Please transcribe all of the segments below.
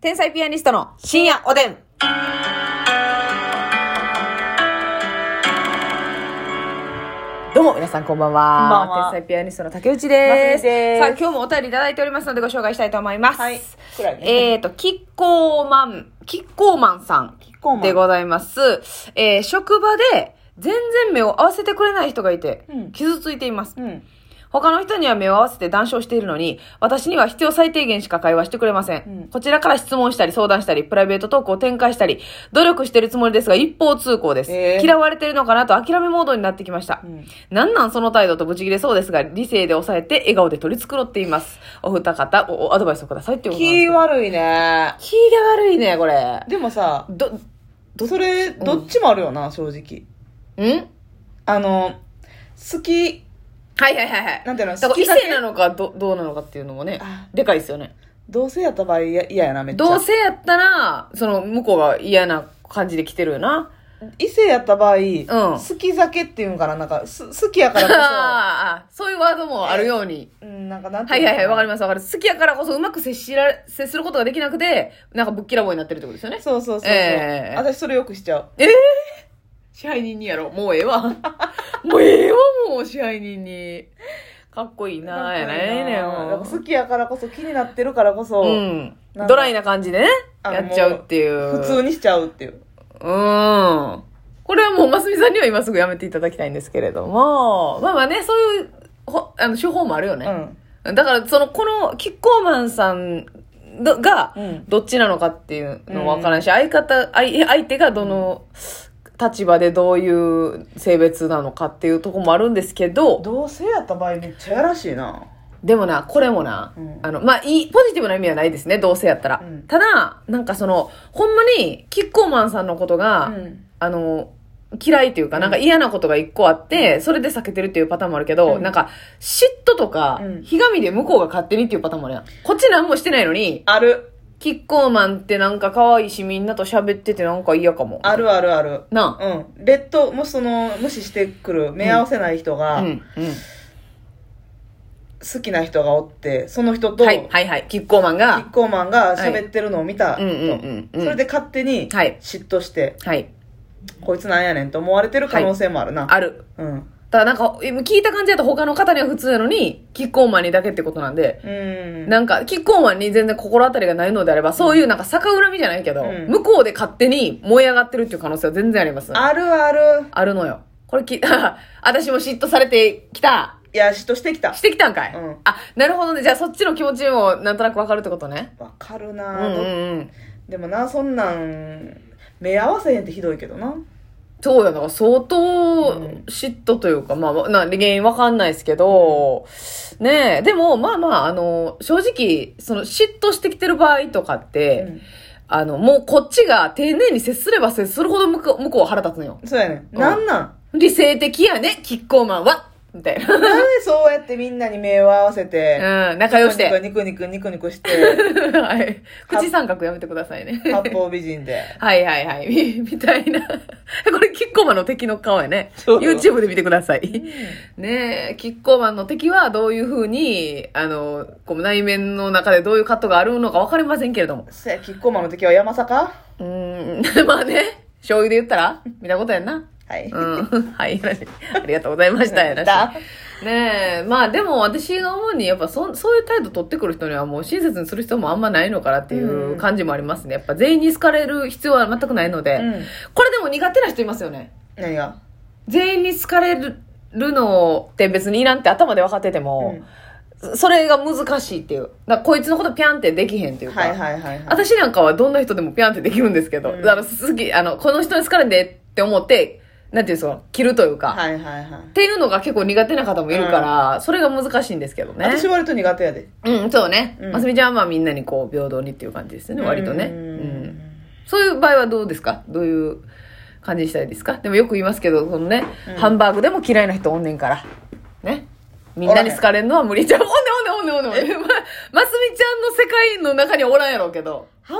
天才ピアニストの深夜おでん。どうも皆さんこんばんは。こんばんは天才ピアニストの竹内です。ますみですさあ今日もお便りいただいておりますのでご紹介したいと思います。はいくらいねえーと、キッコーマン、キッコーマンさんコーマンでございます。えー、職場で全然目を合わせてくれない人がいて、うん傷ついています。うん。他の人には目を合わせて談笑しているのに、私には必要最低限しか会話してくれません。うんこちらから質問したり、相談したり、プライベートトークを展開したり、努力してるつもりですが、一方通行です。えー嫌われてるのかなと諦めモードになってきました。うんなんなんその態度とブチ切れそうですが、理性で抑えて、笑顔で取り繕っています。お二方、おおアドバイスをくださいってことなんですけ気ど悪いね。気が悪いね、これ。でもさ、ど、それ、どっちもあるよな、正直。んあの、好き、はいはいはいはい。なんていうのだ好から異きだけ性なのかど、どうなのかっていうのもねあ、でかいですよね。同性やった場合や嫌やな、めっちゃ。同性やったら、その、向こうが嫌な感じで来てるよな。異性やった場合、好き酒っていうんかな、なんか、す 好きやからこああ、そういうワードもあるように。 そ、うん、なんかなんてはいはいはい、わかりまますわかります。好きやからこそうまく接しられ、接することができなくて、なんかぶっきらぼうになってるってことですよね。そうそうそう。ええ私それよくしちゃう。支配人にやろう。もうええわ。 もうええわ、もう支配人に。かっこいいなやないねんなもんか好う。きやからこそ気になってるからこそ、うんなんか。ドライな感じでね、あのやっちゃうっていう。普通にしちゃうっていうう。ん。これはもう、ますみさんには今すぐやめていただきたいんですけれども、まあまあね、そういう、ほあの、手法もあるようね。ん。だから、その、この、キッコーマンさんどがうん、どっちなのかっていうのもわからないし、相方、相相手がどの立場でどういう性別なのかっていうとこもあるんですけど、同性やった場合めっちゃやらしいな。でもな、これもな、うんあの、まあ、いい、ポジティブな意味はないですね、どうせやったら。うんただ、なんかその、ほんまに、キッコーマンさんのことが、うんあの、嫌いというか、うんなんか嫌なことが一個あって、それで避けてるっていうパターンもあるけど、うんなんか、嫉妬とか、うんひがみで向こうが勝手にっていうパターンもあるやん。こっち何もしてないのに、ある。キッコーマンってなんか可愛いし、みんなと喋っててなんか嫌かも。あるあるある。なうん。レッド、もしその、無視してくる、目合わせない人あ。が、うん、うん。好きな人がおって、その人と、はい、はい、はい。キッコーマンキがッ、コーマンが喋ってるのを見はたいと、うんうんうんうんそれで勝手にはい嫉妬して、はい、こいつなんやねんと思われてる可能性もあるな。ある。うん。ただなんか、え聞いた感じだと他の方には普通なのに、キッコーマンにだけってことなんで、うん。なんか、キッコーマンに全然心当たりがないのであれば、そういうなんか逆恨みじゃないけど、うん向こうで勝手に燃え上がってるっていう可能性は全然あります。ああるある。るのよ。これき、 私も嫉妬されてきた。いや、嫉妬してきたし。てきたんかい、うんあ、なるほどね。じゃあそっちの気持ちもなんとなくわかるってことね。わかるうな、んうんうん。でもな、そんなん、目合わせへんってひどいけどな。そうよ。だから相当ん嫉妬というか、まあまあ、な原因わかんないですけど、ねえ、でもまあまあ、あの、正直、その嫉妬してきてる場合とかって、うんあの、もうこっちが丁寧に接すれば接するほど向こう向こうは腹立つのよ。そうやね、。うんんなんなん理性的やね、キッコーマンはみたいな。なんでそうやってみんなに目を合わせて、うん、仲良し で。ニコニコニコニコ ニコして、はい。口三角やめてくださいね。八方美人で。はいはいはい。 みみたいな。これ、キッコーマンの敵の顔やね。そうよ YouTube で見てください。ねえ、キッコーマンの敵はどういう風に、あの、こう内面の中でどういうカットがあるのか分かりませんけれども。せや、キッコーマンの時は山坂うーん、 まあね、醤油で言ったら、みたいなことやんな。はい。うん。はい、よろしいありがとうございました、よろしいねえ、まあでも私が思うに、やっぱそそういう態度取ってくる人にはもう親切にする人もあんまないのかなっていう感じもありますね。やっぱ全員に好かれる必要は全くないので。うんこれでも苦手な人いますよね。何が全員に好かれるのって別にいらんって頭で分かってても、そそれが難しいっていう。だからこいつのことピャンってできへんっていうか。はいはいはいはい。私なんかはどんな人でもピャンってできるんですけど、うんだからすぎ、あの、この人に好かれんでって思って、なんていうんですか、着るというか、はいはいはい。っていうのが結構苦手な方もいるから、それが難しいんですけどね。私割と苦手やで。うん、そうね。うんますみちゃんはまあみんなにこう、平等にっていう感じですよね、割とね。ううんん。そういう場合はどうですかどういう感じにしたいですかでもよく言いますけど、そのね、うんハンバーグでも嫌いな人おんねんから。ね。みんなに好かれるのは無理じゃん。おんねんおんねんおんねんおんねん。ま、ますみちゃんの世界の中にはおらんやろうけど。ハン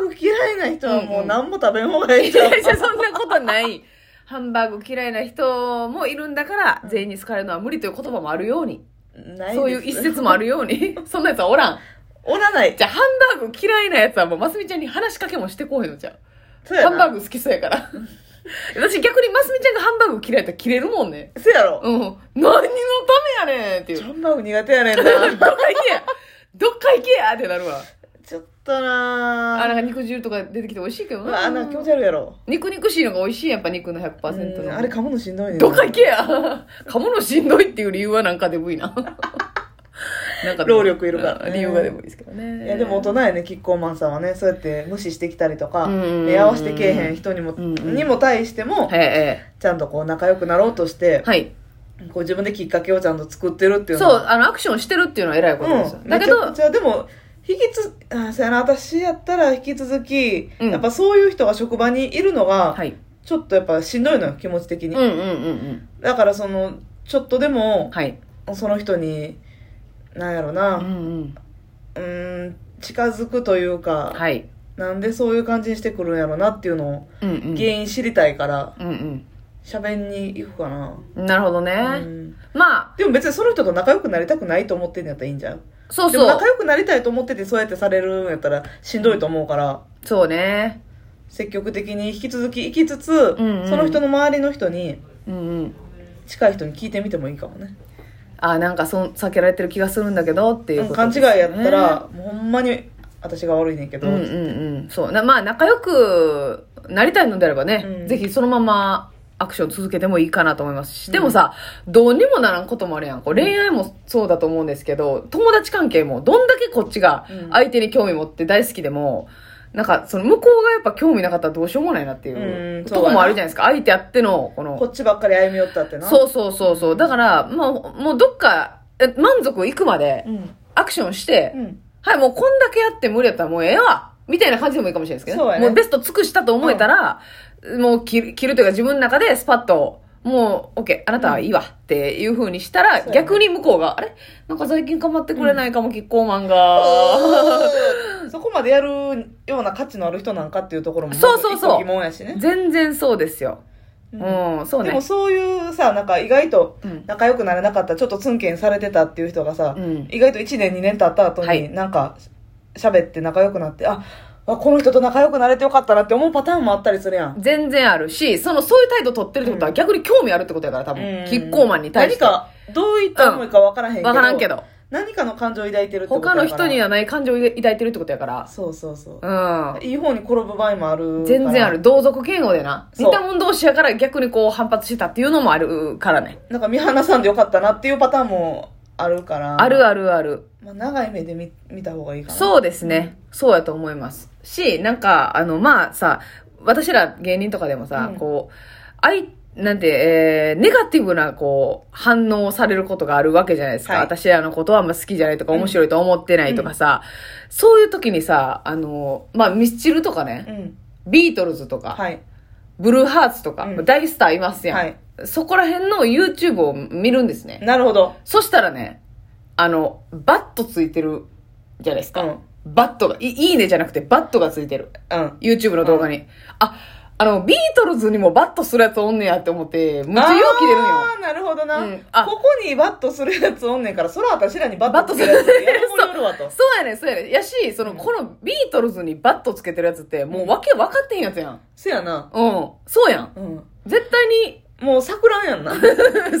バーグ嫌いな人はうんもううん何も食べん方がいいいじゃやん。いや、そんなことない。ハンバーグ嫌いな人もいるんだから、全員 に好かれるのは無理という言葉もあるように。なそういう一です 節もあるように。そんなやつはおらん。おらない。じゃあ、ハンバーグ嫌いなやつはもう、ますみちゃんに話しかけもしてこうへんのじゃん。そうやハなンバーグ好きそうやから。私逆にますみちゃんがハンバーグ嫌いやったら切れるもんね。そうやろ。うん。何のためやねんっていう。ハンバーグ苦手やねんな。どっか行けやどっか行けやってなるわ。ちょっとなあ、なんぁ。か肉汁とか出てきて美味しいけどうわな。あ、なんか気持ち悪いやろ。肉肉しいのが美味しいやっぱ肉の100%うんの。あれ噛むのしんどいねんな。どっか行けや噛むのしんどいっていう理由はなんかでもいい な。なんか労力いるからうん理由がでもいいですけどね。いやでも大人やね、キッコーマンさんはね、そうやって無視してきたりとか、うんうんうん目合わせてけえへん人にも、んうんにも対しても、ええちゃんとこう仲良くなろうとして、はい。こう自分できっかけをちゃんと作ってるっていうのそう、はあの、アクションしてるっていうのは偉いことですよ。うん、だけど、じゃでも、引きつ、あ、そうやな、私やったら引き続き、うんやっぱそういう人が職場にいるのが、はい。ちょっとやっぱしんどいのよ、気持ち的うんに。うんうんだからその、ちょっとでうん。も、はい。その人に、なんやろうんうな、ん。うーん、近づくというか、はい。なんでそういう感じにしてくるんやろなっていうのを、うんうん。原因知りたいから、うん喋んに行くかな。うん。なるほどね。うんまあ、でも別にその人と仲良くなりたくないと思ってんやったらいいんじゃんそうでもそう。仲良くなりたいと思っててそうやってされるんやったらしんどいと思うから、そうね。積極的に引き続き行きつつ、んうんその人の周りの人にうんうん。近い人に聞いてみてもいいかもねあ、なんかそん、避けられてる気がするんだけどっていううんこと勘で違すいね、やったら、もうほんまに私が悪いねんけど、うんうんうん。そう。なまあ、仲良くなりたいのであればね、うんぜひそのままアクション続けてもいいかなと思いますし、でもさ、どうにもならんこともあるやん。こう恋愛もそうだと思うんですけど、友達関係も、どんだけこっちがうん相手に興味持って大好きでも、なんか、その向こうがやっぱ興味なかったらどうしようもないなっていう、うんとこもあるじゃないですか。相手あっての、この。こっちばっかり歩み寄ったってなそうそうそうそう。だから、もう、もうどっか、え満足いくまでう、ん、アクションして、うん、はい、もうこんだけやって無理やったらもうええわみたいな感じでもいいかもしれないですけど、そうやねもうベスト尽くしたと思えたら、もう切る切るというか自分の中でスパッと、もう、オッケー、あなたはいいわっていう風にしたら、そうやね逆に向こうが、あれなんか最近構ってくれないかも、キッコーマンが。 そこまでやるような価値のある人なんかっていうところもそうそうそうまず一個疑問やしね 全然そうですよ。うんうん、そうでねも。そういうさなんか意外とうん仲良くなれなかったちょっとツンケンされてたっていう人がさ、うん意外と1年2年経った後はいになんか喋って仲良くなってああこの人と仲良くなれてよかったなって思うパターンもあったりするやん全然あるし、その、そういう態度取ってるってことは逆に興味あるってことやから、多分。キッコーマンに対して。何かどういった思いか分からへんけど,、わからんけど。何かの感情を抱いてるってこと他やからの人にはない感情を抱いてるってことやから。そうそうそう、うん。いい方に転ぶ場合もあるから全然ある。同族嫌悪でな。そ似うた者同士やから逆にこう反発したっていうのもあるからね。なんか見放さんでよかったなっていうパターンもあるからあるあるある。まあ、長い目で見見た方がいいかなそうですね。そうやと思います。し、なんか、あの、まあさ、私ら芸人とかでもさ、うんこう、あい、なんて、えー、ネガティブな、こう、反応をされることがあるわけじゃないですか。はい私らのことはあんま好きじゃないとか、面白いと思ってないとかさ、そういう時にさ、あの、まあ、ミスチルとかうね、んビートルズとか、はいブルーハーツとか、うん大スターいますやん、はいそこら辺の YouTube を見るんですね。なるほどそしたらね、あの、バットついてるじゃないですか。うんバットがい、いいねじゃなくてバットがついてる。うん。 YouTube の動画に。あ、あの、ビートルズにもバットするやつおんねやって思って、むっちゃ勇気出るんよ。あーなるほどな、うんあここにバットするやつおんねんから、そら私らにバットするやつバットするやるもよるわと。 そうやねんそうやねんやし、その、このビートルズにバットつけてるやつって、もうわけ分かってへんやつやん。せやな。うん。そうやん。うん。絶対に、もう桜や んな。もう良く錯乱状態。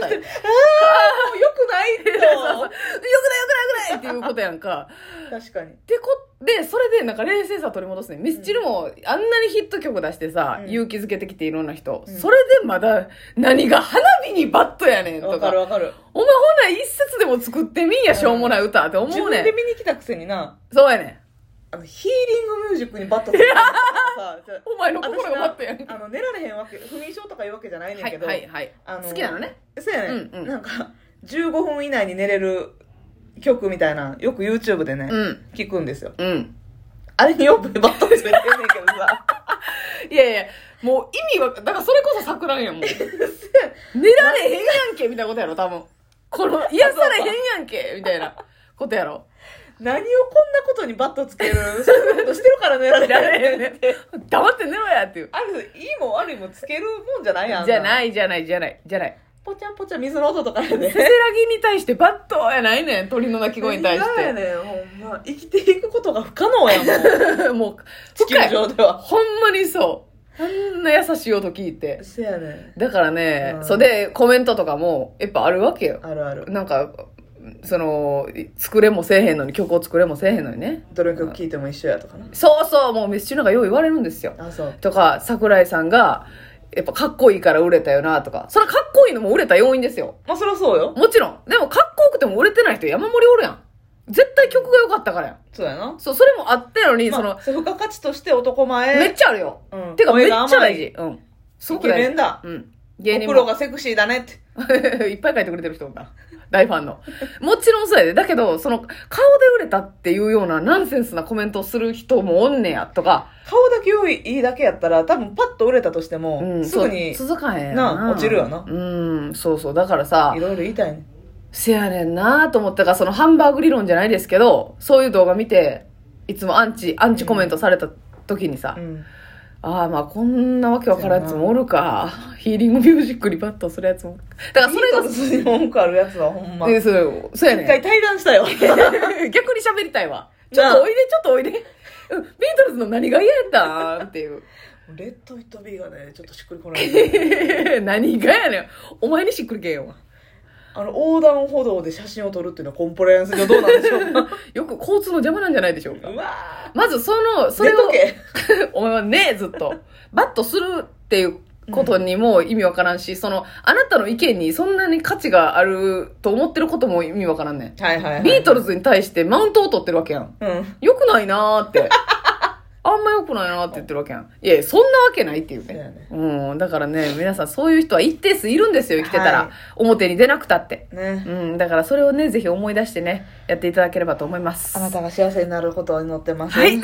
ないよくないよくないよくないっていうことやんか。と。確かに。でこ、で、それでなんか冷静さ取り戻すね。ミスチルもあんなにヒット曲出してさ、うん勇気づけてきていろんな人。うんそれでまだ、何が花火にバットやねんわとかかる。わかる。お前ほな一節でも作ってみんや、しょうもない歌って自思う分ねんで。見に来たくせにな、そうやねん。あの、ヒーリングミュージックにバットするやつさ、じゃお前のあ心がバットやん私なあの、寝られへんわけ、不眠症とかいうわけじゃないねんはけいど、はいはいあ。の好きなのね。そうやね、うんうんなんか、15分以内に寝れる曲みたいな、よく YouTube でね、うん。聞くんですよ。うん。あれによくバットつけてんねんけど さ。いやいや、もう意味は、だからそれこそ錯乱やん、もう。寝られへんやんけ、みたいなことやろ、多分。この、癒されへんやんけ、みたいなことやろ。何をこんなことにバットつけるそんなことしてるからね、られ ねって。黙って寝ろやっていう。ある、いいも悪いもつけるもんじゃないやん。。じゃないいじゃないじゃないじゃない。ぽちゃんぽちゃん水の音とかやせせらね。ぎに対してバットやないねん。鳥の鳴き声に対し嫌て。やねん、ほんま。生きていくことが不可能や もん。もう、地球深い。上では。ほんまにそう。あんな優しい音聞いて。せやねん。だからね、うんそうで、コメントとかも、やっぱあるわけよ。あるある。なんか、その、作れもせえへんのに、曲を作れもせえへんのにね。どの曲聴いても一緒やとかな。そうそう、もうメッシュなんかよう言われるんですよ。あ、そう。とか、桜井さんが、やっぱかっこいいから売れたよな、とか。それかっこいいのも売れた要因ですよ。まあ、そりゃそうよ。もちろん。でもかっこよくても売れてない人山盛りおるやん。絶対曲が良かったからやん。そうやな。そう、それもあってのに、まそあの、付加価値として男めっ前。ちゃあるよ。うんてか、めっち声がゃ甘い大事。うん。すイごくケメ大ン事。だ。うん。芸お人風呂も。がセクシーだねって。 いっぱい書いてくれてる人もだ。大ファンの。もちろんそうやで。だけど、その、顔で売れたっていうようなナンセンスなコメントをする人もおんねや、とか。顔だけ良いいいだけやったら、多分パッと売れたとしても、うん。すぐに、いそう続かへんやなあ落ちるよなうん。そうそう。だからさ、ろいろ言いたいね。せやねんなと思ったから、そのハンバーグ理論じゃないですけど、そういう動画見て、いつもアンチ、アンチコメントされた時にさ、うん。ああ、まあこんなわけわからんやつもおるか。ヒーリングミュージックにバットするやつもおるか。だからそそれれがが、普に文句あるやつはほんま。え一そう、そうやねん。回対談したよ。 逆に喋りたいわ。ちょなあっとおいで、ちょっとおいで。うんビートルズの何が嫌やったんっていう。 レッド・イット・ビーがね、ちょっとしっくりこない。何がやねん。お前にしっくりけえよ。あの、横断歩道で写真を撮るっていうのはコンプライアンス上どうなんでしょうかよく交通の邪魔なんじゃないでしょうかう。わまずその、ぁそれを寝と、け。 お前はねえ、ずっと。バットするっていうことにも意味わからんし、その、あなたの意見にそんなに価値があると思ってることも意味わからんねん。はいはい、はい。ビートルズに対してマウントを取ってるわけやん。うん。よくないなーって。あんま良くないなーって言ってるわけやん。いやいやそんなわけないっていうそうやねね。うん。だからね、皆さんそういう人は一定数いるんですよ、生きてたら。はい表に出なくたって。ね。うん。だからそれをね、ぜひ思い出してね、やっていただければと思います。あなたが幸せになることを祈ってます。はい。